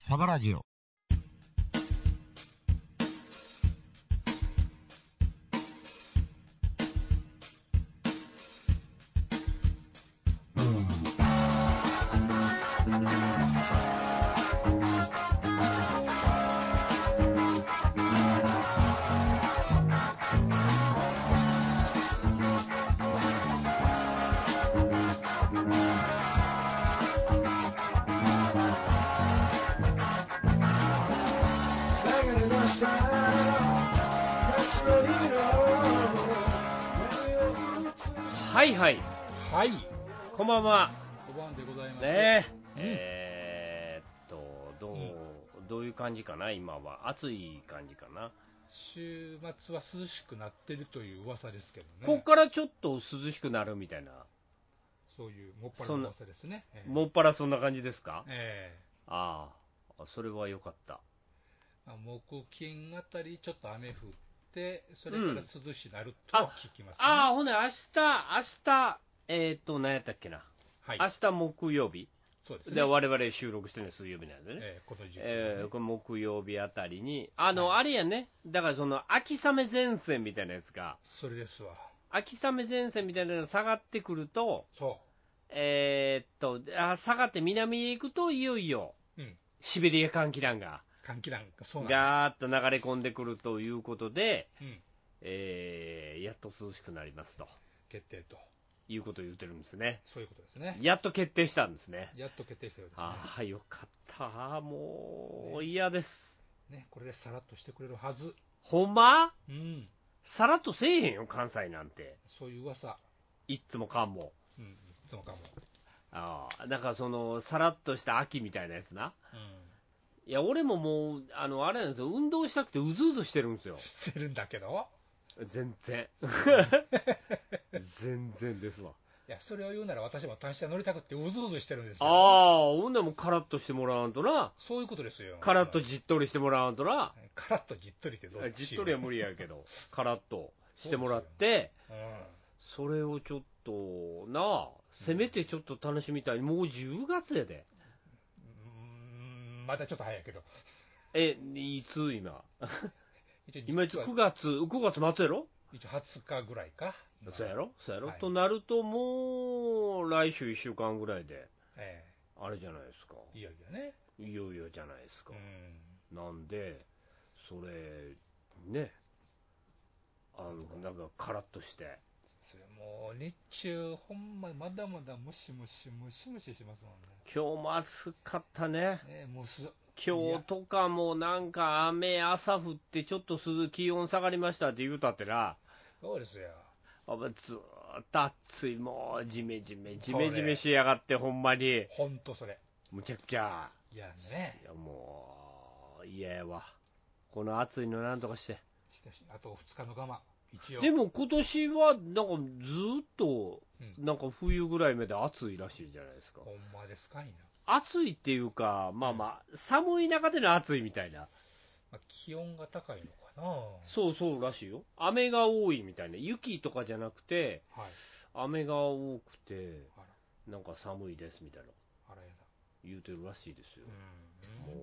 サバラジオ。はいはい、はい、こんばんは。 5番でございます。ねえ、うんえーっと、どう、どういう感じかな、今は。暑い感じかな。週末は涼しくなってるという噂ですけどここね。からちょっと涼しくなるみたいな。そういうもっぱらの噂ですね。ええもっぱらそんな感じですかえああ、それは良かった。えまあ木金あたりちょっと雨降って、それから涼しくなるとうんは聞きますね。ああ、ほんなら明日、明日、えーっと、何やったっけな。はい明、日木曜日。そうですね。で、我々収録してるの水曜日なんでね。ええこの時期、えーこれ木曜日あたりに、あの、はいあれやね、だからその秋雨前線みたいなやつが、それですわ。秋雨前線みたいなのが下がってくると、そえーっとあ、下がって南へ行くと、いよいよ、う。うん。シベリア寒気団が、換気なんか、そうなんガーッと流れ込んでくるということで、です。うん。えーやっと涼しくなりますと決定と。いうことを言ってるんですね。そういうことですね。やっと決定したんですね。やっと決定したようですね。ああ、よかった。もう、嫌です。ね、これでさらっとしてくれるはず。ほんまうん。さらっとせえへんよ、関西なんて。そういう噂。いっつもかんも。うん。いつもかも。ああ、なんかその、さらっとした秋みたいなやつな。うん。いや、俺ももう、あの、あれなんですよ、運動したくてうずうずしてるんですよ。 してるんだけど。全 然。全然ですわ。いや、それを言うなら私も単車乗りたくってうずうずしてるんですああよ。、ほんならもうカラッとしてもらわんとな。そういうことですよ。カラッとじっとりしてもらわんとな。カラッとじっとりってどっちじっとりは無理やけ ど、カラッとしてもらって、うん。それをちょっと、なあ、せめてちょっと楽しみたい。もう10月やで。うんまだちょっと早いけど。え、いつ今一応今実は9月、9月末やろ一応20日ぐらいか。今そうやろそうやろ、はいとなると、もう、来週1週間ぐらいで、えあれじゃないですか。えいよいよね。いよいよじゃないですかう。ん。なんで、それ、ね、あの、なんか、カラッとして。それもう日中、ほんままだまだムシムシムシムシしますもんね。今日も暑かったね。ねえ、蒸す。今日とかもなんか雨、朝降ってちょっと涼気温下がりましたって言うたってな、そうですよ。あずーっと暑い、もうじめじめ、じめじめしやがって、ほんまに、ほんとそれ。むちゃくちゃ。いやねい。やもう、嫌やわ。この暑いのなんとかして。してほしいあと2日の我慢。一応。でも今年は、なんかずっと、うんなんか冬ぐらいまで暑いらしいじゃないですか。ほんまですかいな。暑いっていうか、まあまあ、寒い中での暑いみたいな。まあ、気温が高いのかな、はそうそうらしいよ。雨が多いみたいな。雪とかじゃなくて、い、雨が多くて、あら、なんか寒いですみたいな。あらやだ、言うてるらしいですよ。うん、もも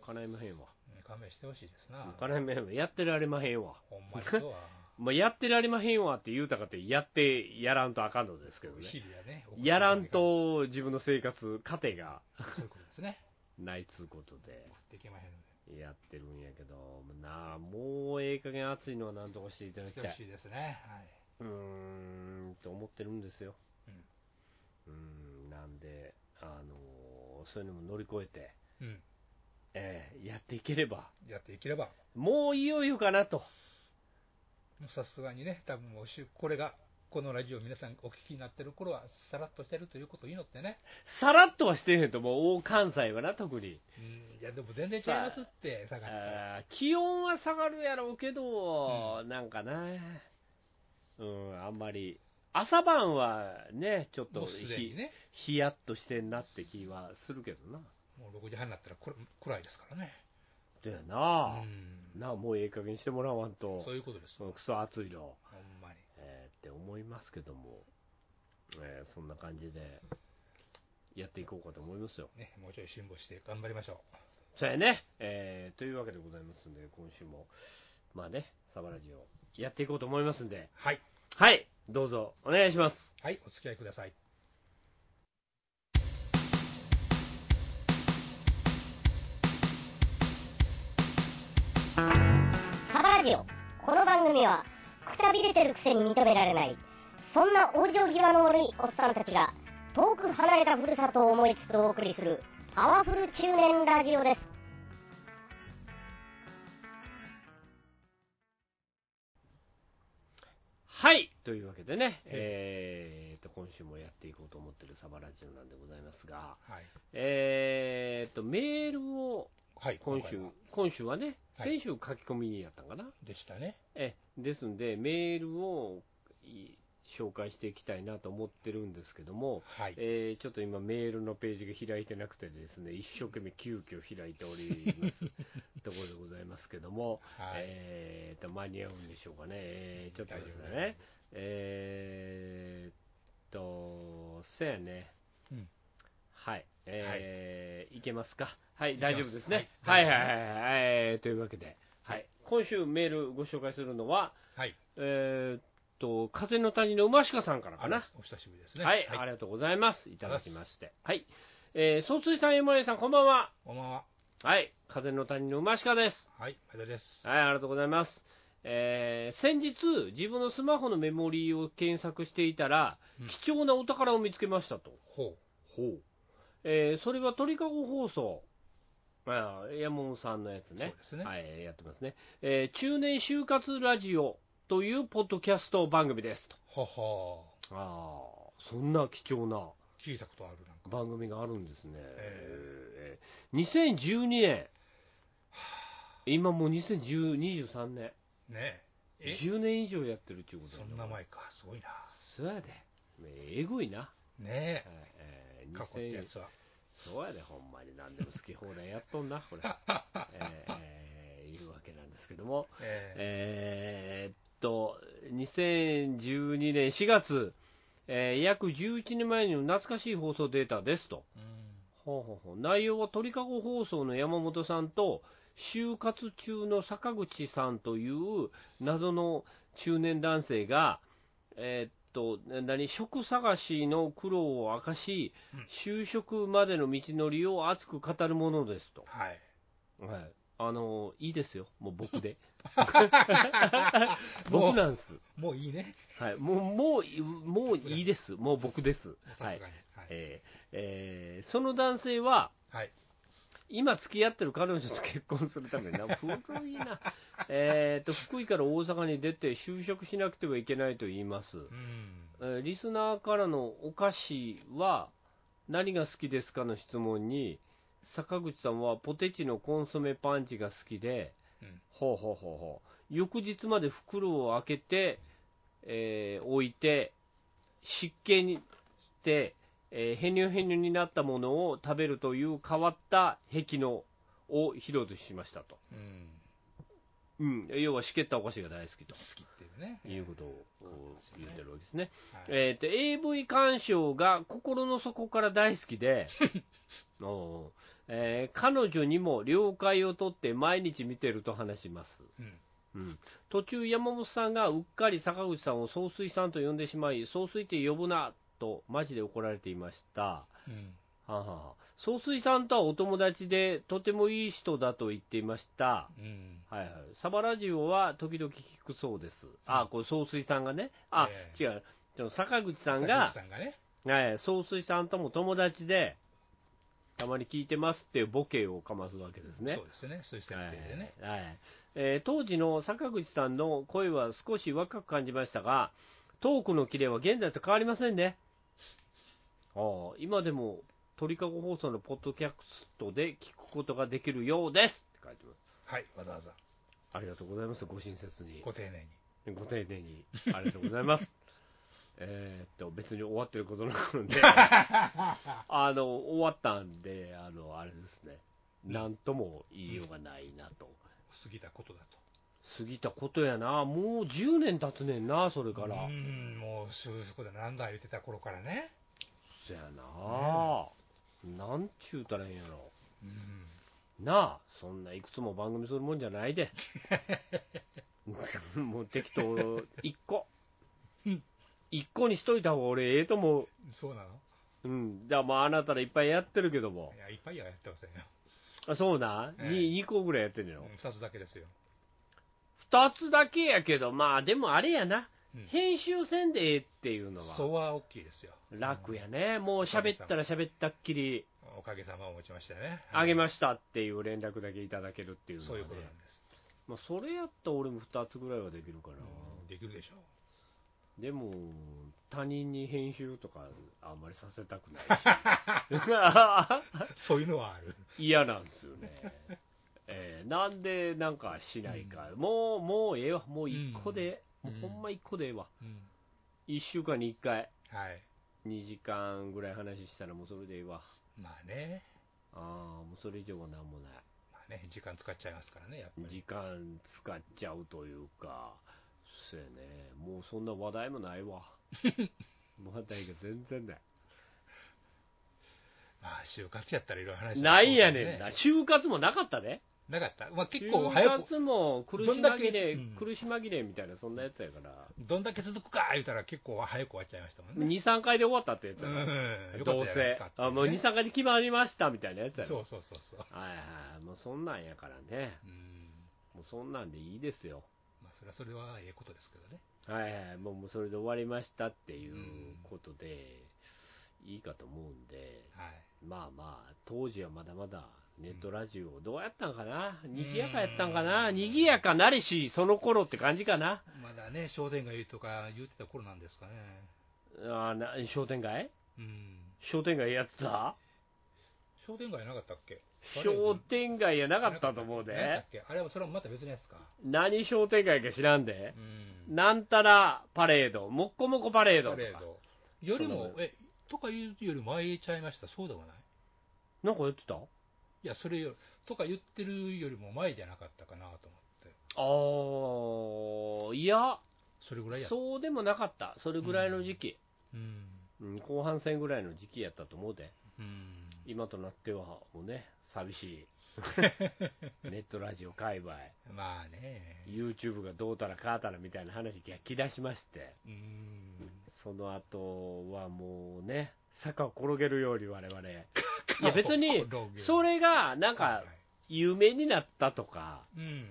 う、叶いまへんわ。う勘弁してほしいですな、叶いまへんわ。やってられまへんわ。ほんまにとは、まあ、やってられまへんわって言うたかって、やってやらんとあかんのですけどね。日々やね、 やらん、と自分の生活、家庭がそういうことですね、ないつうことでできまへんのやってるんやけど、なあ、もうええ加減暑いのはなんとかしていただで、きしてたほい。しいですね、はい、うーん、と思ってるんですよ。うんうーん、なんで、あのそういうのも乗り越えて、うん、ええやっていければ、やっていければ、もういよいよかなと。もうさすがにね、多分もうしゅ、これが、このラジオ、皆さんお聞きになってる頃は、さらっとしてるということを祈ってね、さらっとはしてへんと、もう大関西はな、特に。うん、いや、でも全然違いますって、下がったら、あー気温は下がるやろうけど、なんかな、うん、あんまり、朝晩はね、ちょっともうすでひ,、にね、ひやっとしてんなって気はするけどな。もう6時半になったらこれ暗いですからね。だよな、うんなあもうええ加減してもらわんとそ、ういうことですそよのクソ暑いの、ほんまに。えーって思いますけども、えーそんな感じでやっていこうかと思いますよ。ね、もうちょい辛抱して頑張りましょう。そうやね、えーというわけでございますんで、今週も、まあね、サバラジオやっていこうと思いますんで、はい。はい、どうぞお願いします。はい、お付き合いください。サバラジオこの番組はくたびれてるくせに認められないそんな往生際の悪いおっさんたちが遠く離れたふるさとを思いつつお送りするパワフル中年ラジオですはい、というわけでね、えーと、今週もやっていこうと思ってるサバラジオなんでございますが、はい。えーと、メールをはい、今回週は、今週はね、はい先週書き込みやったんかな。でしたね。えですんで、メールをい紹介していきたいなと思ってるんですけども、はい。えーちょっと今、メールのページが開いてなくてですね、一生懸命急遽開いております ところでございますけども、はい。えーと、間に合うんでしょうかね。えーちょっと待ってください大丈ね。えーと、せやね。うんはい。えーい、けますか。はい、けます大丈夫ですね。ははいいはいはいはいえー。というわけで、はい。今週メールご紹介するのは、はい。えーっと、風の谷の馬鹿さんからかあなら。、お久しぶりですね。はい、ありがとうございます。いただきまして。はい。えー、総帥さん、山根さん、こんばんは。こんばんは。はい。風の谷の馬鹿です。はい、前田です。はい、ありがとうございます。えー先日、自分のスマホのメモリーを検索していたら、うん貴重なお宝を見つけましたと。ほほう。えーそれは鳥かご放送。あー山本さんのやつう。ね。そうですね。はい、やってますね。えー中年就活ラジオというポッドキャスト番組ですと。ほほああ、そんな貴重な聞いたことある、なんか。番組があるんですね。ええー2012年。今もう2023年。ねえ。え、 10年以上やってるっていうことそやんな前か。すごいな。そうやで。えぐいな。ねええ。ー過去ってや2000つは。そうやで、ほんまに何でも好き放題やっとんな、 これ。えー、いうわけなんですけども。ええーっと、2012年4月、えー約11年前の懐かしい放送データですと。え。うん。ほうほうほう内容は鳥かご放送の山本さんと、就活中の坂口さんという謎の中年男性が、えーっとな何職探しの苦労を明かしうん、就職までの道のりを熱く語るものですと、はい。はい、あのいいですよ、もう僕 で、も僕う、なんです、もういいね。はい、もうもういもういいです、もう僕です、さはすいがに。はい。えーえーその男性は、はい。今付き合ってる彼女と結婚するため にな、古いな、えーと福井から大阪に出て就職しなくてはいけないと言います、うん。えーリスナーからのお菓子は何が好きですかの質問に、坂口さんはポテチのコンソメパンチが好きで、うんほうほうほうほう、翌日まで袋を開けて、えー置いて、湿気にして、えー、へにゅへにゅになったものを食べるという変わった壁のを披露しましたと、うん。うん、要はしけったお菓子が大好きと好きっていうね。いうことをこう言ってるわけですね。はい。えー、と AV 鑑賞が心の底から大好き でおうえー彼女にも了解を取って毎日見てると話します、うん。うん、途中山本さんがうっかり坂口さんを総帥さんと呼んでしまい総帥って呼ぶなとマジで怒られていましたうん。はあはあはあ総帥さんとはお友達でとてもいい人だと言っていましたうん。はいはい、サバラジオは時々聞くそうです、あこれ、総帥さんがね、あ、え違う、でも坂口さん坂口が、さんがね。はい、総帥さんとも友達で、たまに聞いてますっていうボケをかますわけですねそう。ですね。そういう設定でね。はいはいえー当時の坂口さんの声は少し若く感じましたが、トークのキレは現在と変わりませんね。ああ今でも鳥かご放送のポッドキャストで聞くことができるようですって書いてます。はい。わざわざ。ありがとうございます、ご親切に。ご丁寧に。ご丁寧に。ありがとうござい ます。えーっと、別に終わってることなの で、あの、終わったんで、あの、あれですね。なんとも言いようがないなと。過ぎたことだと。過ぎたことやな。もう10年経つねんな、それから。うーん、もう就職だ、なんだ言ってた頃からね。そやな。なんちゅうたらええんやろ。うん。なあ、そんないくつも番組するもんじゃない で。もう適当、一個うん。一個にしといた方が俺ええと思う。そうなのうん。だからまああなたらいっぱいやってるけどもい。や、いっぱいやってませんよ。あ、そうな、ええに二2個ぐらいやってんのよ。 2つだけですよ。 2つだけやけど、まあでもあれやなうん。編集せんでええっていうのそはうは大きいですよ。楽やね。もう喋ったら喋ったっきり、おかげさまを持ちましたね。あげす。ましたっていう連絡だけいただけるっていうのは、そうね。いうことなんです。まあそれやったら俺も2つぐらいはできるから。うんできるでしょう。でも、他人に編集とかあんまりさせたく ないそういうのはある。し、嫌なんですよね。 えーなんでなんかしないか、もう、もうええわ、もう一個で、うんもうほんま一個でええわ、うん。 1週間に1回、はい。 2時間ぐらい話したらもうそれでええわ、まあね、ああ、もうそれ以上はなんもない、まあね、時間使っちゃいますからね、やっぱり。時間使っちゃうというか、そうやね、もうそんな話題もない わ、話題が全然ない。まあ、就活やったらいろいろ話しないやねんな、な。就活もなかったね。なかった。まあ結構就早く、活も苦しどんだけ紛れ、うん苦し紛れみたいな、そんなやつやから、どんだけ続くか言うたら結構早く終わっちゃいましたも2、んね。 3回で終わったってやつうやから、ん。よかどっうたじゃないですせかっていね、あもう2、3回で決まりましたみたいなやつやそろうそうそうそう。はいはい、もうそんなんやからね、うん。もうそんなんでいいですよ、まあ、それはそれはええことですけどね。はいはい、もうもうそれで終わりましたっていううんことで、いいかと思うんで、はい。まあまあ、当時はまだまだネットラジオ、どうやったんかな、賑やかやったんかな、うん賑やかなりし、その頃って感じかな。まだね、商店街とか言うてた頃なんですかね。あーな商店街うん。商店街やってた商店街なかったっけ商店街やなかったと思う何やったでっ。けあれはそれはまた別のやつか。何商店街か知らんでう。ん。なんたらパレード、もっこもこパレードパとかレード。よそりんなもも、え、とか言うより前へちゃいました。そうではないなんかやってたあいや、それより、とか言ってるよりも前じゃなかったかなと思って。ー、いや、それぐらいやった。そうでもなかった。それぐらいの時期。うん。うん後半戦ぐらいの時期やったと思うで。うん。今となっては、もうね、寂し い。ネットラジオ界隈、まあね。 YouTube がどうたらかあたらみたいな話逆き出しまして。うん。その後はもうね、坂を転げるように我々。いや別に、それがなんか有名になったとか、うん。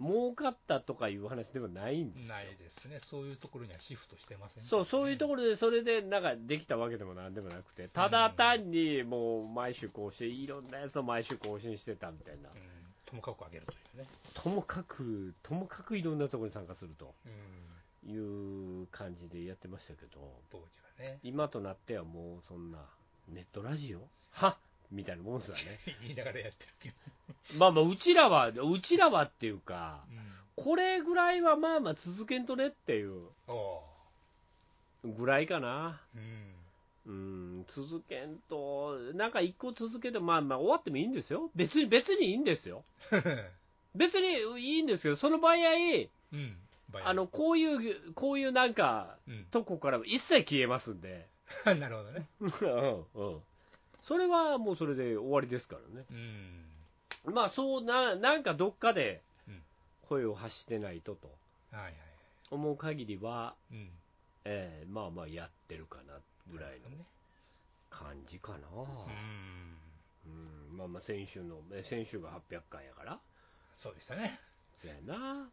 儲かったとかいう話ではないんですよ。ないですね。そういうところにはシフトしてません、そう、そういうところでそれでなんかできたわけでもなんでもなくて、ただ単にもう毎週更新、いろんなやつを毎週更新してたみたいなう。ん。ともかく上げるというね。ともかく、ともかくいろんなところに参加するとうん。いう感じでやってましたけど、当時はね。 今となってはもうそんな、ネットラジオはみたいなもんですよね。言いながらやってるけど。まあまあ、うちらは、うちらはっていうか、うん。これぐらいはまあまあ続けんとねっていうおうぐらいかな。ううん。 ん、続けんと、なんか一個続けて、まあまあ終わってもいいんですよ。別に、別にいいんですよ。別にいいんですけど、その場合、うん。あの、こういう、こういうなんか、うん。 とこから一切消えますんで。なるほどね。うん、うん。それはもうそれで終わりですからね。うん。まあそうな、なんかどっかでうん声を発してないととはいはい。思う限りは、うん。ええまあまあやってるかなぐらいのね。感じかな、うん。うん、まあまあ先週のえ先週が800回やからそうでしたね。そやなうん。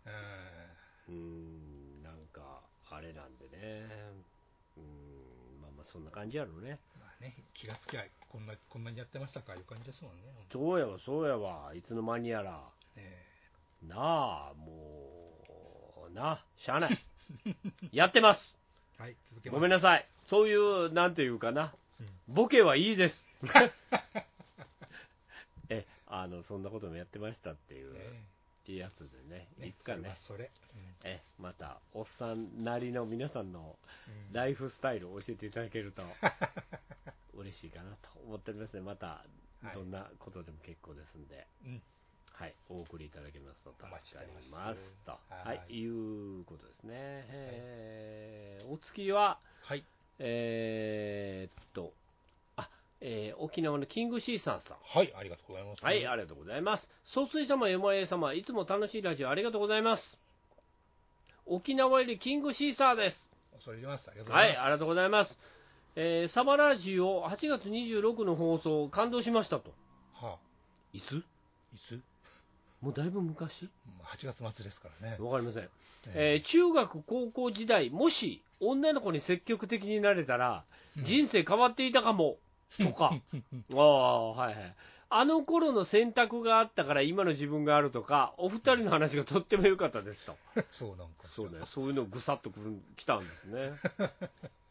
うんなんかあれなんでねうんまあまあそんな感じやろねまあね、気がつきゃこんな、こんなにやってましたかいう感じですもんね。そうやわそうやわいつの間にやらえなあもうなしゃあない やってますえはい、続けます。ごめんなさいそういうなんていうかなうんボケはいいです。 え、あの、そんなこともやってましたっていうえやつでね、えねいつかね、それはそれ。え、また、おっさんなりの皆さんのうんライフスタイルを教えていただける と、嬉しいかなと思っておりますね。または、いどんなことでも結構ですんで、うんはい、お送りいただけますとお待ちして助おかりりまますすと、は、はいいい、うことですね。えーお次は、はい。えーっと、あえー沖縄のキングシーサーさん。はい、ありがとうございます。はい、ありがとうございます。総帥様、MIA 様、いつも楽しいラジオありがとうございます。沖縄よりキングシーサーです。恐れ入ります。ありがとうごはざい、います。ありがとうございます。えーサバラジオ8月26の放送、感動しましたと。はいつい、いつもうだいぶ昔まあ ?8 月末ですからね。わかりません。えー中学、高校時代、もし女の子に積極的になれたら、うん人生変わっていたかも、と か、ああ、はいはい。あの頃の選択があったから今の自分があるとか、お二人の話がとっても良かったですと。そうなんか。そうね、そういうのぐさっとくる来たんです ね。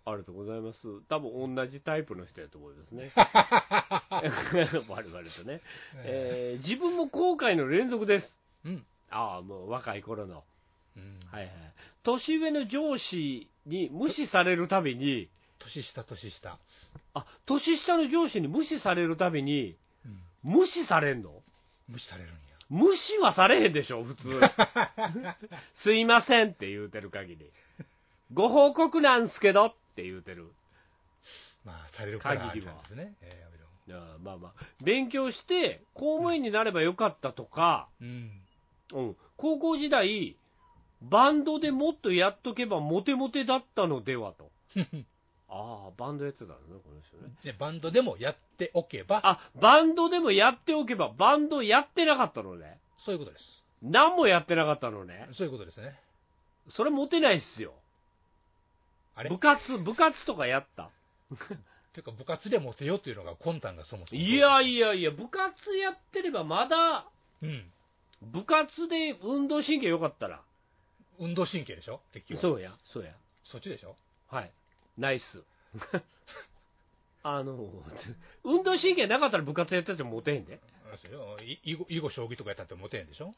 ありがとうございます。多分同じタイプの人やと思います ね。我々とね、えー自分も後悔の連続です。うん。ああ、もう若い頃の。うん。はいはい、年上の上司に無視されるたびに、年下、年下。あ年下の上司に無視されるたびに、うん。無視されんの無視されるんや。無視はされへんでしょ、普通。すいませんって言うてる限り。ご報告なんすけどって言うてる。まあ、されるからあ限れりはなんですね。えーやめろあーまあまあ、勉強して公務員になればよかったとか、うん。うん、高校時代、バンドでもっとやっとけばモテモテだったのではと。ああ、バンドやってたんだね、この人ね。で、バンドでもやっておけば、あ、バンドでもやっておけば、バンドやってなかったのね。そういうことです。何もやってなかったのね。そういうことですね。それモテないっすよ。あれ部活、部活とかやった。ていうか、部活でモテようというのが魂胆がそもそも。いやいやいや、部活やってればまだ、うん。部活で運動神経良かったら。運動神経でしょ結局。そうや、そうや。そっちでしょはい。ナイス。 あの、運動神経なかったら部活やっててもモテへんで。あそうよい囲碁囲碁将棋とかやったってモテへんでしょ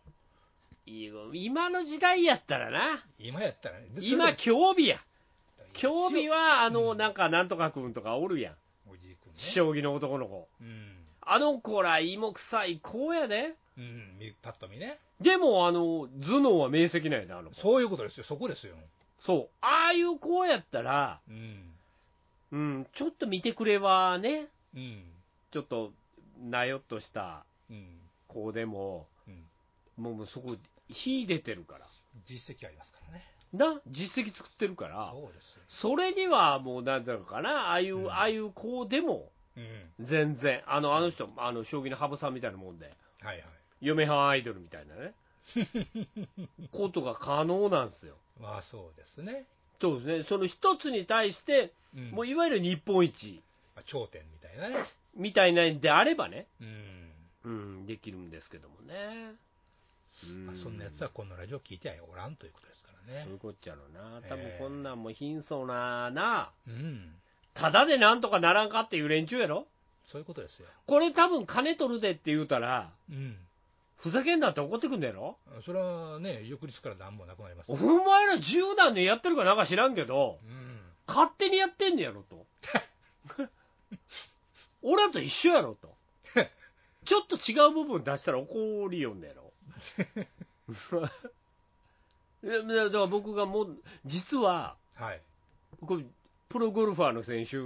いいよ今の時代やったらな。今やったらね。で今、、競技や。競技は。は、あの、うんなんか、なんとかくんとかおるやん。おじい君ね。将棋の男の子。うん。あの子ら芋臭い子やね。うん。みパッと見ね。でも、あの、頭脳は明晰なんやね、あの子。そういうことですよ。そこですよ。そう。ああいう子やったら、うん。うん、ちょっと見てくれはね、うん。ちょっと、なよっとしたうん。子でも、うん。もうもうそこ、火出てるから。実績ありますからね。な、実績作ってるから、そうですよ。それにはもう、なんだろうかな、ああいう、うんああいう子でも、うん。全然、あの、あの人、あの、将棋の羽生さんみたいなもんで、はいはい。嫁はんアイドルみたいな ね、ことが可能なんですよ。まあそうですね。そうですね、その一つに対して、うん。もういわゆる日本一まあ、頂点みたいなね。みたいなんであればね、うん。うん、できるんですけどもね。うんまあ、そんなやつはこのラジオ聞いてはおらんということですからねそうい。うこっちゃろうな、多分ええこんなんも貧相な、な、うん。ただでなんとかならんかっていう連中やろ、そういうことですよ。これ多分金取るでって言うたら、うん。ふざけんなって怒ってくんだやろ、それはね、翌日から何もなくなりますおよ。前ら10段でやってるかなんか知らんけど、うん。勝手にやってんねやろと。俺らと一緒やろと。ちょっと違う部分出したら怒りよんねやろ。いやだから僕がもう、実は、はい。これプロゴルファーの選手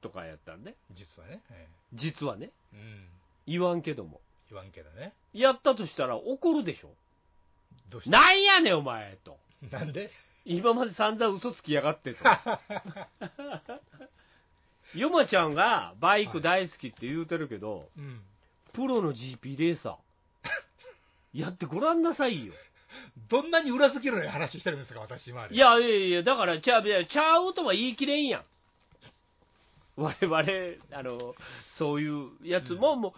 とかやったらね、実はね。え実はね、えうん。言わんけども。言わんけどね。やったとしたら怒るでしょ。どうしてなんやねんお前と。 なんで今まで散々嘘つきやがって と。ヨマちゃんがバイク大好きって言うてるけど、うん。プロの GP レー サー、やってごらんなさいよ。どんなに裏付けるような話してるんですか、私今まで。い。やいやいや、だから、ちゃう、いやちゃうとは言い切れんやん。我々、あの、そういうやつも、も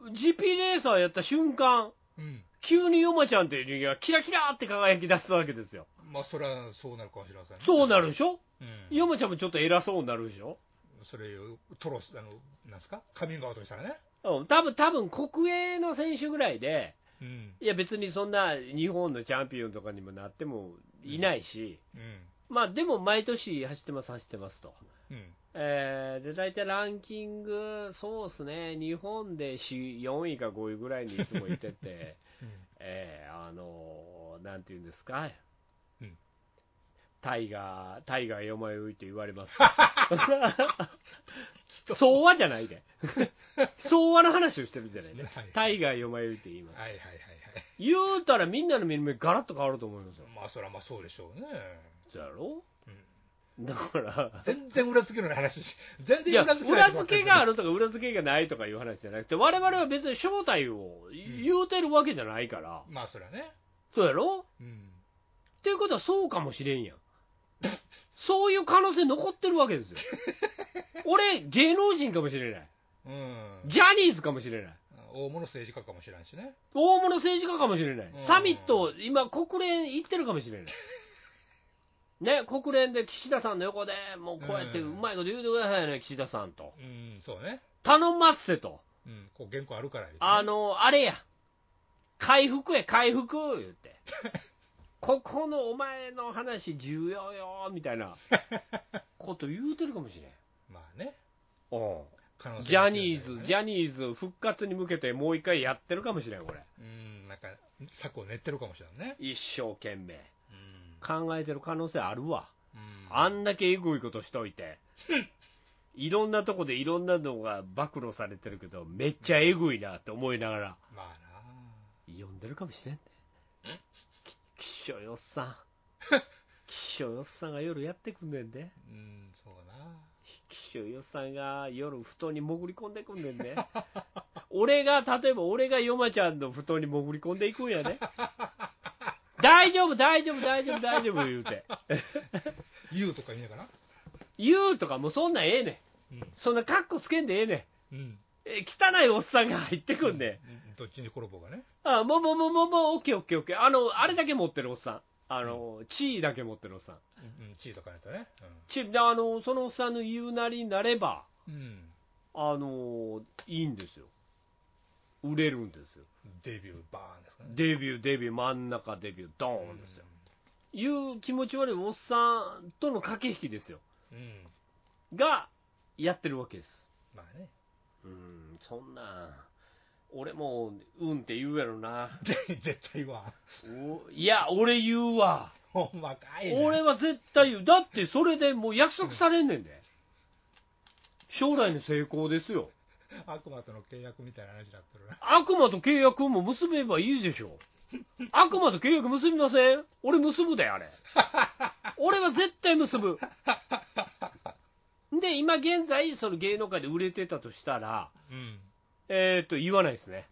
うん。う、GP レーサーやった瞬間、うん。急にヨマちゃんっていう人間がキラキラって輝き出すわけですよ。まあ、それはそうなるかもしれませんね。そうなるでしょうん。ヨマちゃんもちょっと偉そうになるでしょそれをトロス、あの、なんすかカミングアウトしたらね。うん、多分多分国営の選手ぐらいで、うん。いや、別にそんな日本のチャンピオンとかにもなってもいないし、うん。まあでも毎年走ってます、走ってますと、うん。えーで大体ランキング、そうですね、日本で4 4位か5位ぐらいにいつもいてて、うんえーあのーなんていうんですか、うんタイガー、タイガーよまよいと言われます。 昭和じゃないで。昭和の話をしてるんじゃないではい。タイガーよまよいって言います。はいはいはい言うたらみんなの見る目ガラッと変わると思いますよはい。まあそりゃまあそうでしょうね。そうやろうんだから、全然裏付けのない話し全いや然裏裏付付けないけがあるとか裏付けがないとかいう話じゃなくて、我々は別に正体を言うてるわけじゃないから、まあそりゃね。そうやろうん。っていうことはそうかもしれんやん。そういう可能性残ってるわけ ですよ。俺、芸能人かもしれない。うん。ジャニーズかもしれない。大物政治家かもしれんしね。大物政治家かもしれない。うんサミット、今、国連行ってるかもしれない。 ね、国連で岸田さんの横で、もうこうやってうまいこと言うてくださいね、岸田さんと。うん、そうね。頼ますせと。うん、こう原稿あるから言うてねあの、あれや、回復へ、回復言って、ここのお前の話、重要よみたいなこと言うてるかもしれん。まあね。可能性ジャニーズ、ジャャニーズ復活に向けてもう一回やってるかもしれん、これ。うん、なんか策を練ってるかもしれんね。一生懸命。うん。考えてる可能性あるわ。うんあんだけエグいことしといて。いろんなとこでいろんなのが暴露されてるけど、めっちゃエグいなって思いながら。まあな呼んでるかもしれんねききっしょいおっさんきっしょいおっさんが夜やってくんねんでうん、そうなきっしょいおっさんが夜布団に潜り込んでくんねんで俺が例えば俺がヨマちゃんの布団に潜り込んでいくんやね大丈夫大丈夫大丈夫大丈夫言うて言うとか言いながら。言うとかもうそんなんええねんうん。そんなカッコつけんでええねんうん。え汚いおっさんが入ってくんで、うんどっちに転ぼうがね。あもうもうもうもうもうオッケーオッケーオッケーあのあれだけ持ってるおっさんあの、地位だけ持ってるおっさんうん、うん地位とかねとね。ちあのそのおっさんの言うなりになれば、うん。うん。あのいいんですよ、売れるんですよ、デビューバーンですかね。デビュー、デビュー、真ん中デビュー、ドーンですよ、いう気持ち悪いおっさんとの駆け引きですよ、うん。うん。がやってるわけです。まあね。 うん、そんなん俺もうんって言うやろな、絶対は。おいや、俺言うわ、ほんまかいな。俺はは絶対言う、だってそれでもう約束されんねんで、将来の成功ですよ。悪魔との契約みたいな話になってるな。悪魔と契約も結べばいいでしょ。悪魔と契約結びません俺結ぶで、あれ。俺は絶対結ぶ。で、今現在、その芸能界で売れてたとしたら、うん。えーっと、言わないですね。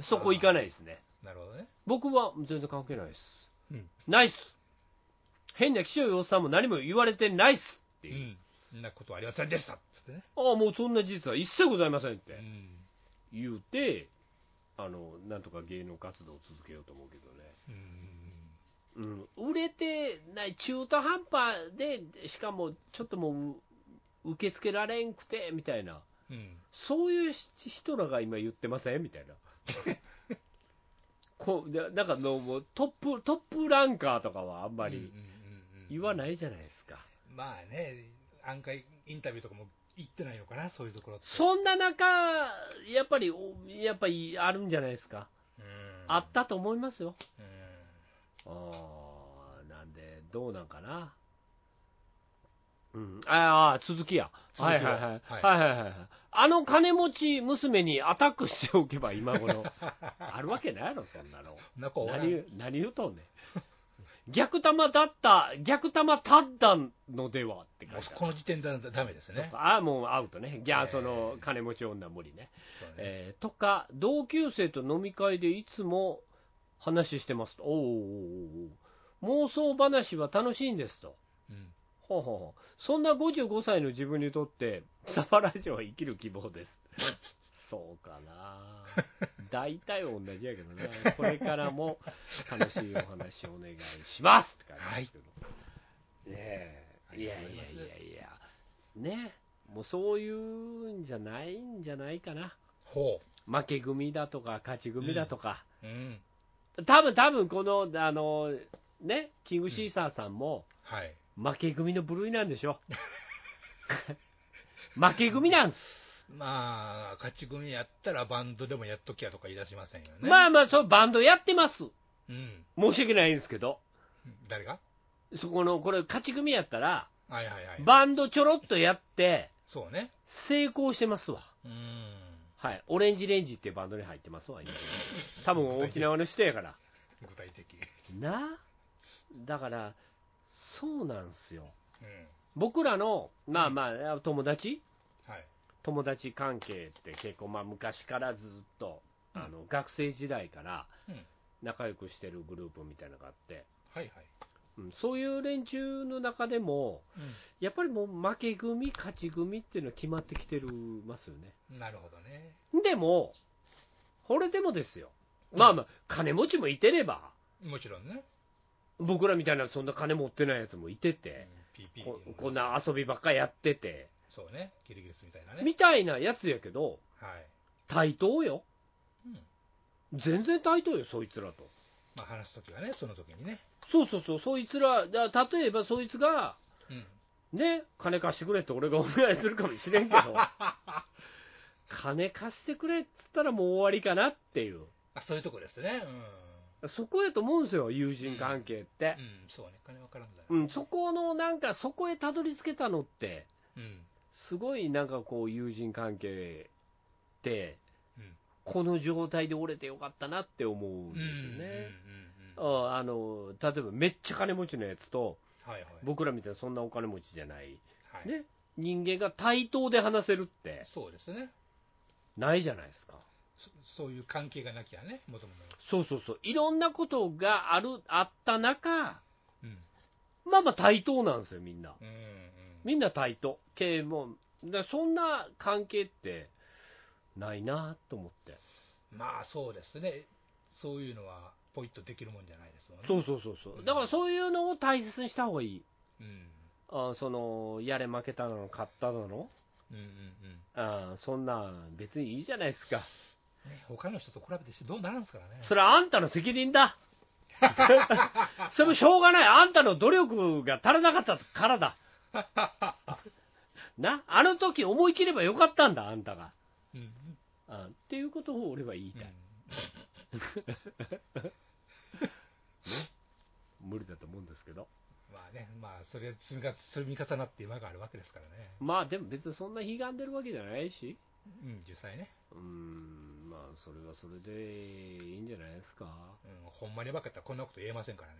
そこ行かないですね。なるほどね。僕は全然関係ないです。うんないっす。変な気象様さんも何も言われてないっすってういう。ん。そんなことはありませんでした。つってね。ああ、もうそんな事実は一切ございませんっうてん。言うて、あの、なんとか芸能活動を続けようと思うけどね。うん。うん、売れてない中途半端でしかもちょっともうう受け付けられんくてみたいなうん。そういうし人らが今言ってませんみたいな こうでなんかのもうトップトップランカーとかはあんまうんうりんうんうん言わないじゃないですか、まあね、案外、インタビューとかも行ってないのかな、そういうところって。そんな中やっぱりおやっぱりあるんじゃないですか、うんあったと思いますようんあーなんで、どうなんかな。うん、ああ、続きや。続はきいをはいはい。はいはいはいはいはい。あの金持ち娘にアタックしておけば今 頃。あるわけないやろ、そんなの。なんかおらん何、何言うとんねん。逆玉だった、逆玉たったのではっても感うじこの時点ではダメですね。ああ、もうアウトね。ギャえー、ーその金持ち女無理ね。そうねえーとか、同級生と飲み会でいつも話してますと、おーおーおーおー妄想話は楽しいんですと、うんほうほうほうそんな55歳の自分にとって、サファラジオは生きる希望です。そうかな、大体同じやけどね、これからも楽しいお話お願いしますって感じですけど、ねえいやいやいやいや、ねえもうそういうんじゃないんじゃないかな。ほ負け組だとか勝ち組だとか、う。うん。多分多分このあのねキングシーサーさんもはい。負け組の部類なんでしょ負け組なんです、まあ、勝ち組やったらバンドでもやっときゃとか言い出しませんよね。まあまあそうバンドやってますうん。申し訳ないんですけど誰がそこの、これ、勝ち組やから、はいはいはい。バンドちょろっとやって、そうね。成功してますわ。うーん。はい。オレンジレンジっていうバンドに入ってますわ、今。多分沖縄の人やから。具体的。なだから、そうなんすよ。うん。僕らの、まあまあ、友達はい。友達関係って結構、まあ、昔からずっと、うんあの学生時代からうん仲良くしてるグループみたいなのがあって、はいはい。うん、そういう連中の中でも、やっぱりもう負け組、勝ち組っていうのは決まってきてるますよね。なるほどね。でも、これでもですよ、まあまあ、金持ちもいてれば、もちろんね。僕らみたいなそんな金持ってないやつもいてて、 PP ここんな遊びばっかやってて、そうね。キリギリスみたいなね。みたいなやつやけど、はい。対等よ、うん。全然対等よ、そいつらと。まあ話すときはね、その時にね。そうそうそう、そいつら、だ例えばそいつが、うん。ね、金貸してくれって俺がお願いするかもしれんけ ど、金貸してくれっつったらもう終わりかなっていう、あ、そういうとこですね。うん。そこやと思うんですよ、友人関係ってう。ん、そうね。金は絡んだな。うん、そこのなんか、そこへたどり着けたのって、うん。すごいなんかこう、友人関係ってうん、この状態で折れてよかったなって思うんうん。ですよね。うん。うん。ああの例えばめっちゃ金持ちのやつと、はいはい。僕らみたいなそんなお金持ちじゃないはい。ね、人間が対等で話せるってそうですね。ないじゃないですか。そそういう関係がなきゃね、もともと。そうそうそう。いろんなことがある、あった中、うん。まあまあ対等なんですよ、みんな。うん。うん。みんな対等。経もだそんな関係ってないなと思って。まあそうですね。そういうのは、ポイッとできるもんじゃないですもんね。そうそうそうそう。だからそういうのを大切にした方がいい。うん。あその、やれ負けたなの、勝ったなの。うんうんうん。あそんなん別にいいじゃないですか。ね、他の人と比べてしてどうなるんですからね。それはあんたの責任 だ。それもしょうがない。あんたの努力が足らなかったから だ。な、あの時思い切ればよかったんだ、あんたが。うんあっていうことを俺は言いたい。無理だと思うんですけど。まあね、まあそれが積み重積み重なって今があるわけですからね。まあでも別にそんな悲願でるわけじゃないし。うん、実際ね。うーん、まあそれはそれでいいんじゃないですか。うん、ほんまに分かったらこんなこと言えませんからね。。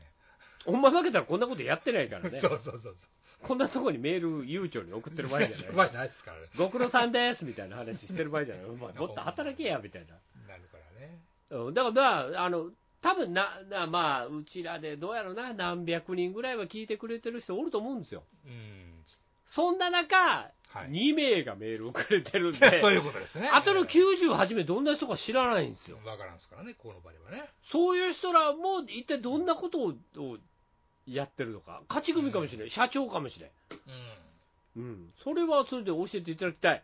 お前負けたらこんなことやってないからねそうそうそうそこんなとこにメール悠長に送ってる場合じう。ゃな まいあ。ないですからね。ご苦労さんですみたいな話してる場合じゃない、お前もっと働けやみたいなるからね。な、うん、だからまあ、あの多分ななまあ、うちらでどうやろうな、何百人ぐらいは聞いてくれてる人おると思うんですよ、うん。そんな中、はい2名がメールをくれてるんで、 そういうことですね。あとの98名、どんな人か知らないんですよ、分からんすからね、この場ではね。そういう人らも一体どんなことををやってるのか、勝ち組かもしれない、社長かもしれない、うん。うん、それはそれで教えていただきた い、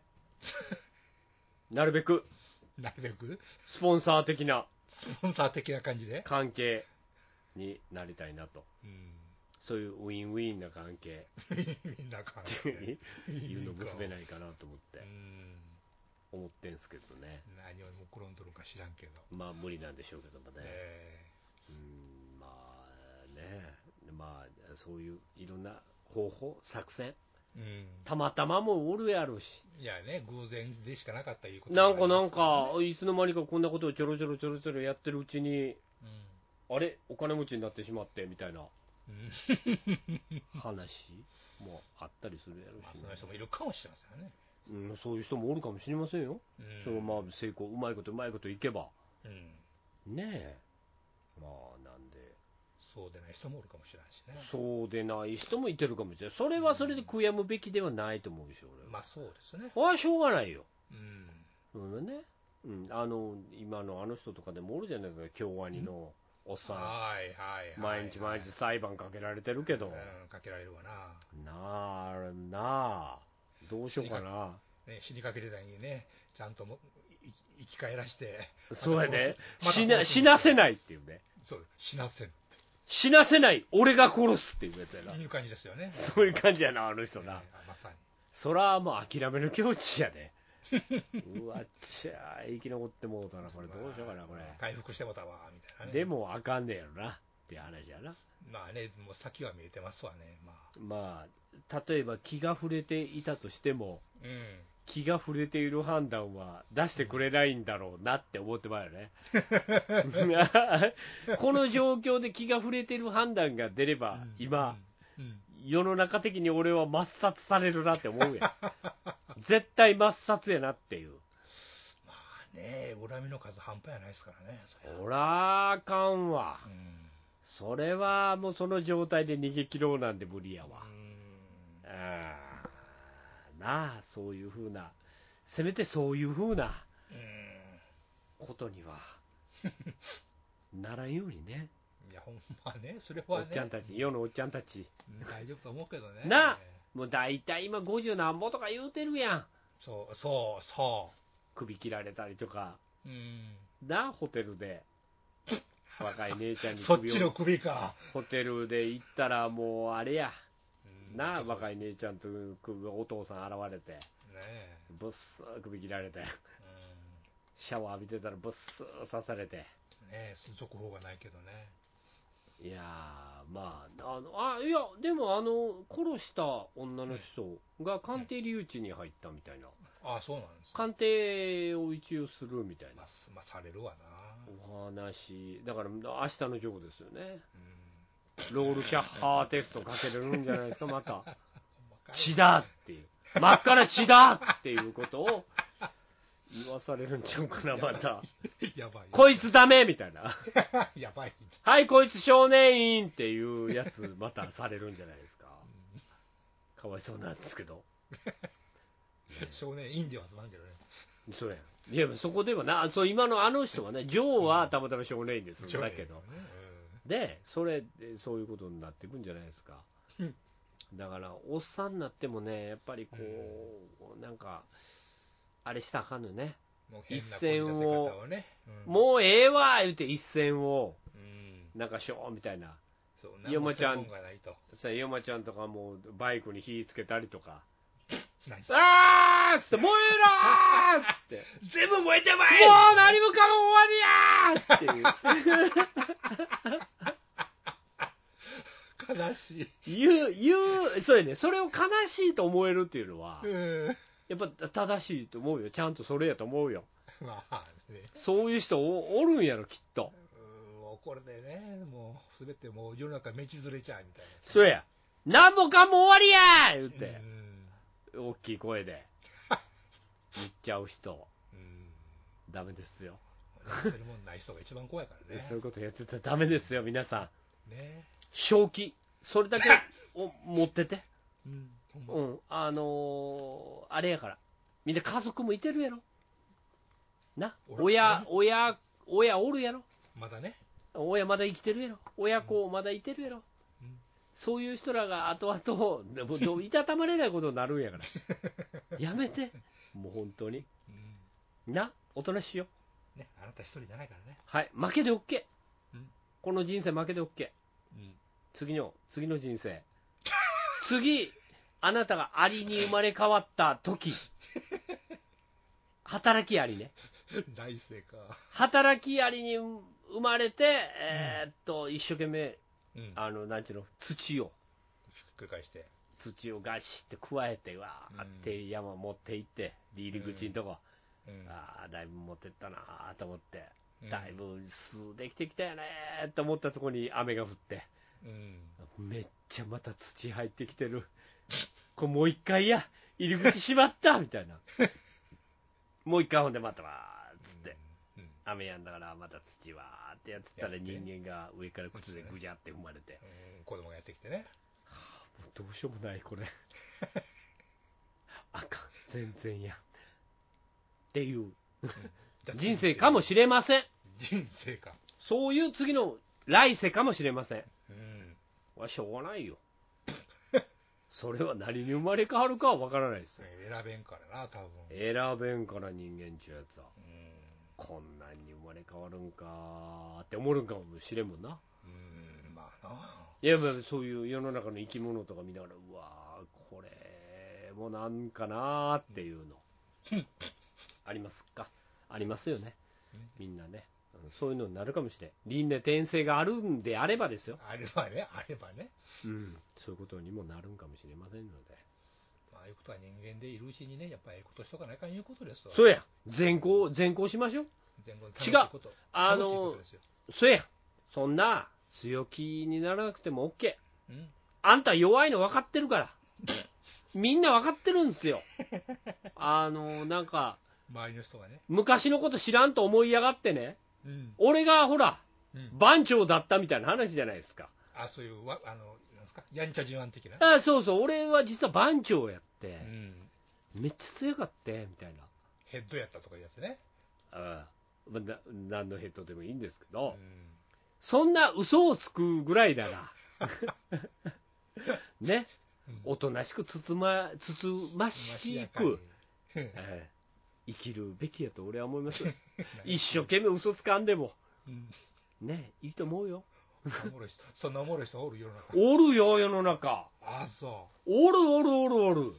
なるべくなるべく、スポンサー的な。スポンサー的な感じで。関係になりたいなと、うん。 そういうウィンウィンな関係みんな感っじて で。いうの結べないいかなと思ってか。う、ん。思ってんすけどね、何をもくろんどるんか知らんけど。まあ無理なんでしょうけどもね、えうんまあね、まあそういういろんな方法、作戦、えうん。たまたまもおるやろし、いやね、偶然でしかなかったいうことなんかもあなりんますらか、いつの間にかこんなことをちょろちょろちょろちょろやってるうちに、ね、あれ、お金持ちになってしまってみたいなうん。うん話もあったりするやろ まあ、しそね、の人もいるかもしれませんね。うん、そういう人もおるかもしれませんよ。うんそのまま成功、うまいことうまいこといけば、うん。ねえ、まあなんで、そうでない人もおるかもしれないしね。そうでない人もいてるかもしれない、それはそれで悔やむべきではないと思うし、俺は。まあそうですね。これはしょうがないよ、うん。うんねうん、あの今のあの人とかでもおるじゃないですか、京アニのおっさはいはいはい。ん、毎日毎日裁判かけられてるけど、うん、かけられるわな。なあ、あれなあ、どうしようかな。ね、死にかける代にね、ちゃんともい生き返らして、そうやね、ま死た殺すな死なせないっていうね、そう、死なせる。死なせない、俺が殺すっていうやつやなっ、ていう感じですよね。そういう感じやな、あの人なね。まさに。そらもう諦めの境地やねうわっちゃー生き残ってもうたなこれどうしようかなこれ回復してもたわ、みたいなね。でもあかんねやろなっていう話やな。まあね、もう先は見えてますわね。まあ、まあ、例えば気が触れていたとしても、うん。気が触れている判断は出してくれないんだろうなって思ってまうよね。この状況で気が触れている判断が出れば、今、うん、うん。世の中的に俺は抹殺されるなって思うやん。絶対抹殺やなっていう。まあね、恨みの数半端やないですからね、それはほらあかんわ。うん。それはもうその状態で逃げ切ろうなんで無理やわ。うんあーなあ、そういうふうな、せめてそういうふうなうことには ならんようにね、ん。いや、ほんまね、それおはねっちゃんたち、世のおっちゃんたち、うん大丈夫と思うけどね。なあもう大体今、50何ぼとか言うてるやん、そう、そう、そ首切られたりとか、う。うん。なあ、ホテル で、若い姉ちゃんにそっち首のを、首か。ホテルで行ったら、もうあれや、なあ、若い。い姉ちゃんと首お父さん現れて、ねえ。ぶっすー首切られて、シャワー浴びてたら、ぶっすー刺されて。うん。ねえ、続報がないけどね。いやーまあ、あのあいや、でもあの、殺した女の人が鑑定留置に入ったみたいな、ああ、そうなんですか。鑑定を一応するみたいなまあ、すまあ、されるわな。お話、だから明日のジョーですよね、うん。ロールシャッハーテストかけれるんじゃない ですか、また、ほんまかい血だっていう、真っ赤な血だっていうことを言わされるんちゃうかな、また、やばい。こいつダメみたいな、 やばい。はい、こいつ少年院っていうやつ、またされるんじゃないですか。 かわいそうなんですけど。少年院ではすまんけどね。そうやん。いや、そこではな、そう、今のあの人はね、ジョーはたまたま少年院です。だけど。で、それ、でそういうことになっていくんじゃないですかうん。だから、おっさんになってもね、やっぱりこう、なんか、あれしたらあかんのよね。もう一変な線をこじらせ方をね。うんもうええわ言うて一線を、うん。なんかしょーみたいな。そうよもちゃんもうそういうもがないと。さ、ヨマちゃんとかもうバイクに火つけたりとか。何あーっつって、燃えろーっつって。全部燃えてまもう何もかも終わりやーっていう。悲し い。言う、言う、そうやね、それを悲しいと思えるっていうのは、うん。やっぱ正しいと思うよ、ちゃんとそれやと思うよ、まあね。そういう人おおるんやろ、きっと、うんもうこれでね、もうすべてもう世の中、道ずれちゃうみたいそうや、なんもかも終わりや言うな。てう、ん。大きい声で 言っちゃう人、うん。ダメですよ、そういうもんない人が一番怖いからね。そういうことやってたらダメですよ、皆さん、ね。正気、それだけを持ってて、うん。ほんまうん、あのーあれやから、みんな家族もいてるやろ、な、おら親、親、親おるやろ。まだね。親まだ生きてるやろ、親子まだいてるやろ、うんそういう人らが後々、でも どういたたまれないことになるんやから、やめて、もう本当に、うん。な、おとなしいよ、ね、あなた一人じゃないからね。はい、負けで OK うん、この人生負けで OK、うん。次の、次の人生、次、あなたがアリに生まれ変わった時働きアリね、来世か。働きアリに生まれて、えーっと、一生懸命、うん。あの、なんちゅうの、土を。ひっくり返して。土をガシって加えて、わーって山持って行って、で入り口のとこ、うんああ、だいぶ持ってったなーと思って、うんだいぶ数できてきたよねーと思ったとこに雨が降って、うん。めっちゃまた土入ってきてる、これもう一回や、入り口閉ま ったみたいな、もう一回ほんでまたわーっつって、うん。うん。雨やんだからまた土わーってやってたらやって人間が上から靴でぐじゃって踏まれて、うん子供がやってきてね。もうどうしようもない これあかん全然やっていう人生かもしれません人生か。そういう次の来世かもしれませんうん。はしょうがない よそれは何に生まれ変わるかは分からないですよ選べんからな、多分。選べんから人間っちゅうやつはう。こんなんに生まれ変わるんかーって思うんかもしれんもんなんうん。まあないやまあそういう世の中の生き物とか見ながらうわーこれもなんかなーっていうのありますかありますよねみんなね、うそういうのになるかもしれん。輪廻転生があるんであればですよ。あればね、あればね。うん。そういうことにもなるんかもしれませんので。まあ、ああいうことは人間でいるうちにね、やっぱりええことしとかないかんいうことですわ。そうや。全校、全校しましょう。前後違うに楽しいことあ楽しいこのと、ですよそうや。そんな、強気にならなくても OK。うん、あんた弱いの分かってるから。みんな分かってるんですよ。あの、なんか、周りの人がね。昔のこと知らんと思いやがってね。うん。俺がほら、うん。番長だったみたいな話じゃないですか。あ、そういう、わあの、なんですか、やんちゃ自慢的な。あそうそう、俺は実は番長やってう、ん。めっちゃ強かって、みたいな。ヘッドやったとかいうやつね。あまあな何のヘッドでもいいんですけうど、ん。そんな嘘をつくぐらいな ら、ね、うんおとなしくつつま、つつましく、えー生きるべきやと俺は思います。一生懸命嘘つかんでも、うんね、いいと思うよ。おもろい人、そんなおもろい人おる世の中。おるよ、世の中。あ、そおるおるおるおる。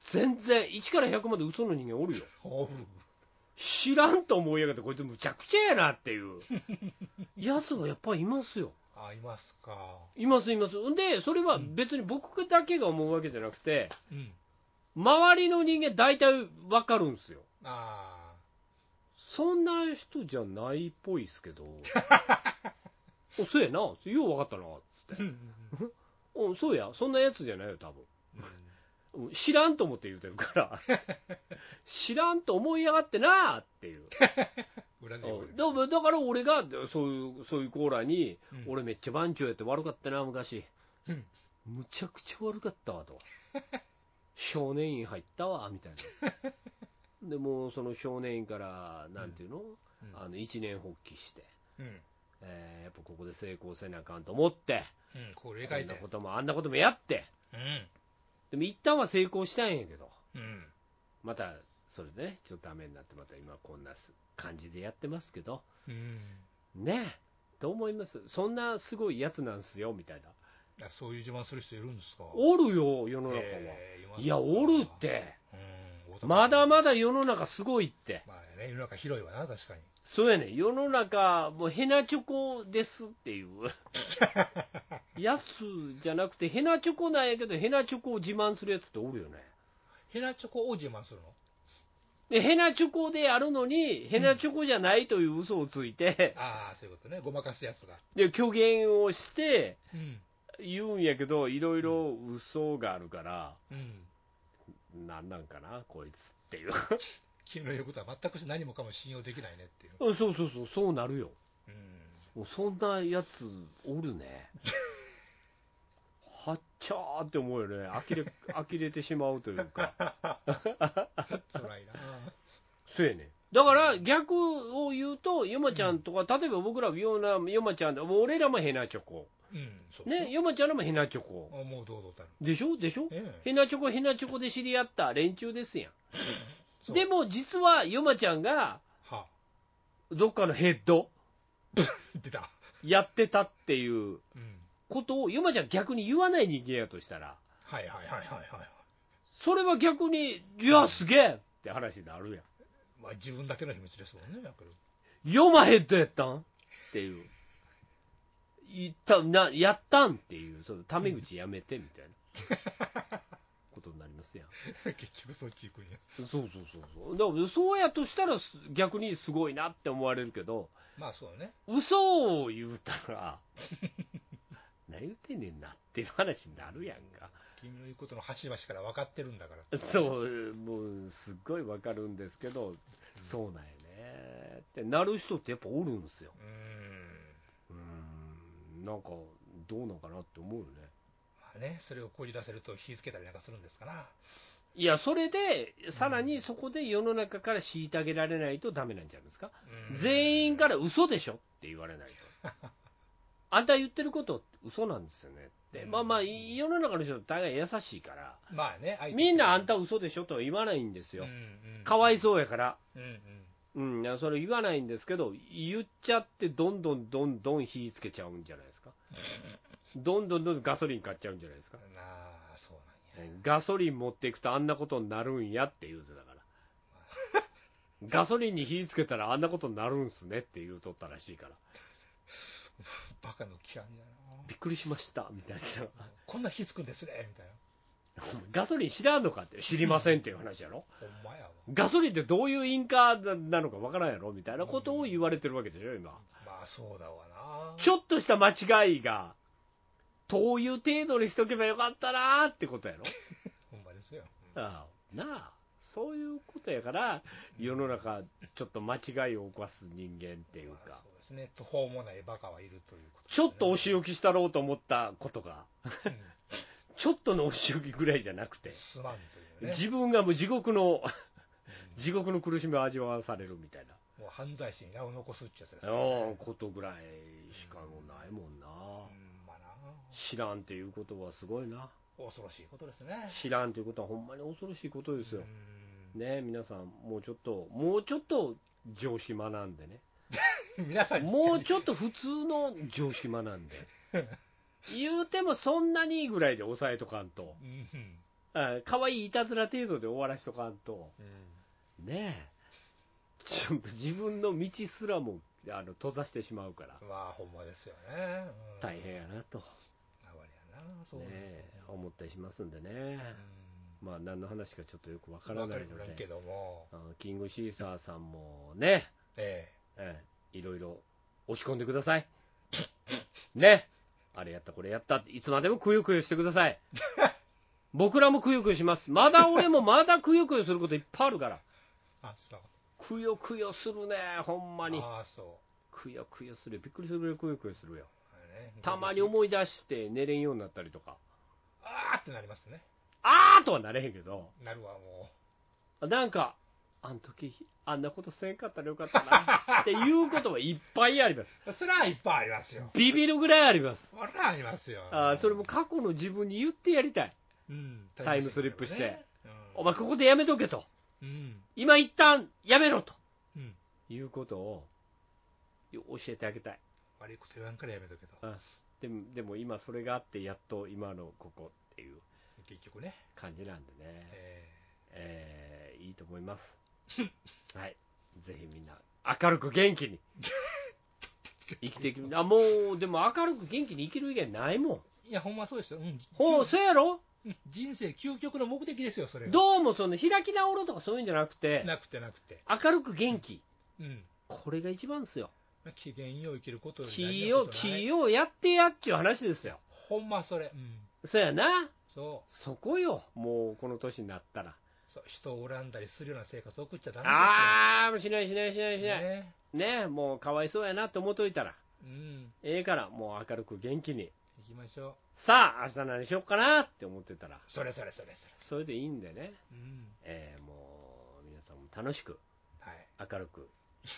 全然、1から100まで嘘の人間おるよ。う。おる。知らんと思いやがって、こいつむちゃくちゃやなっていう。やつはやっぱりいますよ。あ、いますか。いますいます。んで、それは別に僕だけが思うわけじゃなくて、うん。周りの人間大体わかるんですよ。あそんな人じゃないっぽいっす けど。お、そうやな。よう分かったな。つっあ。うて。ん。うん、そうや。そんなやつじゃないよ、多分。うん知らんと思って言うてる から。知らんと思いやがってなーって いう。裏でうんだからだから俺がそういうそういうコーラに、うん俺めっちゃ番長やって悪かったな昔、うんむちゃくちゃ悪かったわ と少年院入ったわみたい なでもうその少年院からなんていうの,、うんあの一年発起して、うん。えーやっぱここで成功せなあかんと思ってうん。これこ描いんなてこ。ともあんなこともやってうん。でも一旦は成功したんやけどうん。またそれでねちょっとダメになってまた今こんな感じでやってますけどうん。ねえ、どう思いますそんなすごいやつなんすよ、みたいな。あそういう自慢する人いるんですかおるよ、世の中は。えーますいや、おるっ。て。うん大田区まだまだ世の中すごいって。まあね、世の中広いわな、確かに。そうやねん世の中、もうヘナチョコですって いう。やつじゃなくて、ヘナチョコなんやけど、ヘナチョコを自慢するやつっておるよね。ヘナチョコを自慢するので、ヘナチョコであるのに、ヘナチョコじゃないという嘘をついて、ああ、そういうことね。ごまかすやつが。で、虚言をして、うん。言うんやけど、いろいろ嘘があるから、うん。なんなんかな、こいつっていう。君の言うことは全く何もかも信用できないねっていう。そうそうそう、そうなるよ。うん。もうそんなやつおるね。 はっちゃーって思うよね。呆れ、 呆れてしまうというか。辛 いな。そうやねん。だから逆を言うと、ヨマちゃんとか、例えば僕らヨナ、ヨマちゃんで、もう俺らもヘナチョコ。うん、そう。ね、ヨマちゃんらもヘナチョあコ。もう堂々たる。でしょでしょええヘナチョコ、ヘナチョコで知り合った連中ですやそん。うでも実はヨマちゃんが、はどっかのヘッド出た。やってたっていう。うん。ことをヨマちゃん逆に言わない人間やとしたら、はいはいはいはいはい。それは逆に、いや、すげえって話になるやまあ自分だけの秘密ですもんね、やっぱりん。読まへんとやったんっていう。言った、な、やったんっていう、その、タメ口やめてみたいな。ことになりますやん。 結局そっち行くんや。 そうそうそうそう。だから、そうやとしたら、す逆にすごいなって思われるけど、まあそうね。嘘を言うた ら、何言ってんねんなっていう話になるやんか。君の言うことの端々から分かってるんだから。そう、もうすっごいわかるんですけど、そうなんやねってなる人ってやっぱおるんですよ。うん。うん、なんかどうなんかなって思うよね。まあね、それをこじ出せると火つけたりなんかするんですかな。いや、それで、さらにそこで世の中から虐げられないとダメなんじゃないですか。うん全員から嘘でしょって言われないと。 あんた言ってること嘘なんですよねって。まあまあ、世の中の人大概優しいから、まあね、相手みんなあんた嘘でしょとは言わないんですうんよ。うんかわいそうやから。うんうん。うん、いやそれ言わないんですけど、言っちゃって、どんどんどんどん火つけちゃうんじゃないですか。どんどんどんどんガソリン買っちゃうんじゃないですか。なあ、そうなんや。 ガソリン持っていくとあんなことになるんやって言うてたから。ガソリンに火つけたらあんなことになるんすねって言うとったらしいから、バカの極みだな。びっくりしました、みたいな。こんな火つくんですね、みたいな。ガソリン知らんのかって、知りませんっていう話やろ。ほんまやわ。ガソリンってどういう因果なのかわからんやろみたいなことを言われてるわけでしょ、今。まあそうだわな。ちょっとした間違いが、どういう程度にしとけばよかったなーってことやろ。ほんまですよ。ああなあ、そういうことやから、世の中、ちょっと間違いを犯す人間っていうまあか、そうですね。途方もないバカはいるということですちね、ょっとお仕置きしたろうと思ったことが、うんちょっとのお仕置きぐらいじゃなくて、すまんというね。自分がもう地獄の、地獄の苦しみを味わわされるみたいな。もう犯罪者に名を残すってやつですからうんね。ことぐらいしかもうないもんな、うんまあな。知らんっていうことはすごいな恐ろしいことですね。知らんということはほんまに恐ろしいことですよう、んね皆さんもうちょっともうちょっと常識学んでね皆さんにもうちょっと普通の常識学んで 言うてもそんなにぐらいで抑えとかんとうんうんあ可愛いいたずら程度で終わらしとかんとねえちょっと自分の道すらもあの閉ざしてしまうからまあほんまですよね。うん大変やなと。あわりやな。そうねなんだよえ思ったりしますんでね、うんまあ何の話かちょっとよくわかわらかないりのませんけで、ども。あのキングシーサーさんもね、えええいろいろ落ち込んでください。 ね、あれやった、これやったって、いつまでもくよくよしてください。僕らもくよくよします、まだ俺もまだくよくよすることいっぱいあるから、え。あ、そう。くよくよするね、ほんまに、ああ、そくよくよするよ、びっくりするぐらいくよくよするよ、う。ねたまに思い出して寝れんようになったりとか、あーってなりますね。あーとはなれへんけど。なるわ、もなんか、あの時、あんなことせんかったらよかったな、っていうことはいっぱいあります。う。それはいっぱいありますよ。ビビるぐらいあります。それはありますよ。あーそれも過去の自分に言ってやりたい。うん、タイムスリップしてタイおム前ここでやめとけと。スリップね。うん。今一旦やめろと。うん。うん。いうことをよ教えてあげたい。悪いこと言わんからやめとけと。でもでも今それがあってやっと今のここっていう結局ね。感じなんでね。ええーいいと思い ます。はい。ぜひみんな明るく元気 に。生きていく。あ、もう、でも明るく元気に生きる以外ないもん。ーいや、ほんまそうですよ。うん。ほう、人そうやろ人生究極の目的ですよ、それが。どうもその開き直ろうとかそういうんじゃなくて、なくてなくて。明るく元気。うん。これが一番ですよ。機嫌よう生きることより気何を、のことない気をやってやっちゅう話ですよ。ほんまそれ。うん。そうやな。そそこよ。もうこの年になったら。う。そう人を恨んだりするような生活を送っちゃダメあー、もうしないしないしないでしすよ。ない。ねね。もうかわいそうやなと思っといたら。うん。ええから、もう明るく元気に。行きましょさあ、明日何しよっかなって思ってたら。う。それそれそれそれ。それでいいんでね。うん。えー、もう、皆さんも楽しく、はい。明るく、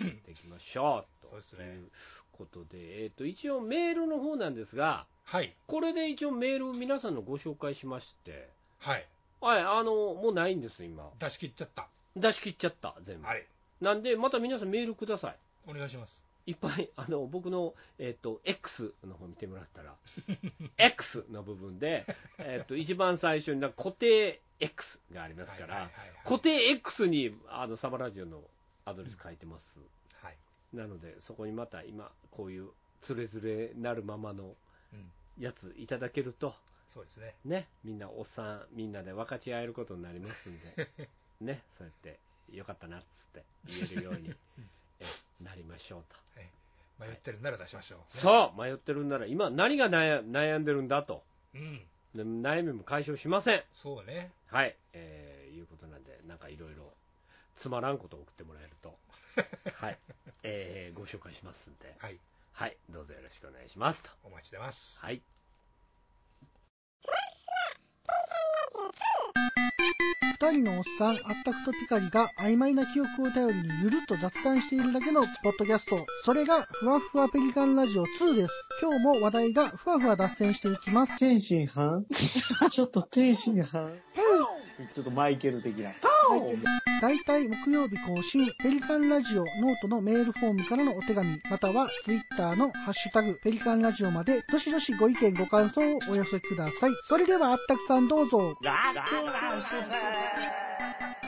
やっていきましょう。 そうですとねいうことで、えっ、と、一応メールの方なんですが、はい。これで一応メール皆さんのご紹介しまして、はい。はい、あの、もうないんです、今。出し切っちゃった。出し切っちゃった、全部。はい。なんで、また皆さんメールくださお願いします。い。いっぱい、 あの、僕の、えっ、と、X の方見てもら ったら、X の部分で、えっ、と、一番最初になんか固定 X がありますから、はいはいはいはい固定 X に、あの、サバラジオのアドレス書いてます。はい。なので、そこにまた今、こういう、つれづれなるままのうん。やついただけると、そうですね。ね、みんなおっさん、みんなで分かち合えることになりますんで、ね、そうやって、よかったなっつって言えるようにえなりましょうと。迷ってるなら出しましょう。そう迷ってるんなら、今何が悩悩んでるんだと。うん。で悩みも解消しません。そうね。はい、えーいうことなんで、なんかいろいろ、つまらんことを送ってもらえると、はい、えーご紹介しますんで、はい。はい、どうぞよろしくお願いしますと。お待ちしてます。はい。二人のおっさん、あったくとピカリが曖昧な記憶を頼りにゆるっと雑談しているだけのポッドキャスト。それが、ふわふわペリカンラジオ2です。今日も話題がふわふわ脱線していきます。天津飯ちょっと天津飯ちょっとマイケル的な。大体木曜日更新、ペリカンラジオノートのメールフォームからのお手紙、またはツイッターのハッシュタグ、ペリカンラジオまで、どしどしご意見ご感想をお寄せください。それではあったくさんどうぞ。楽な主婦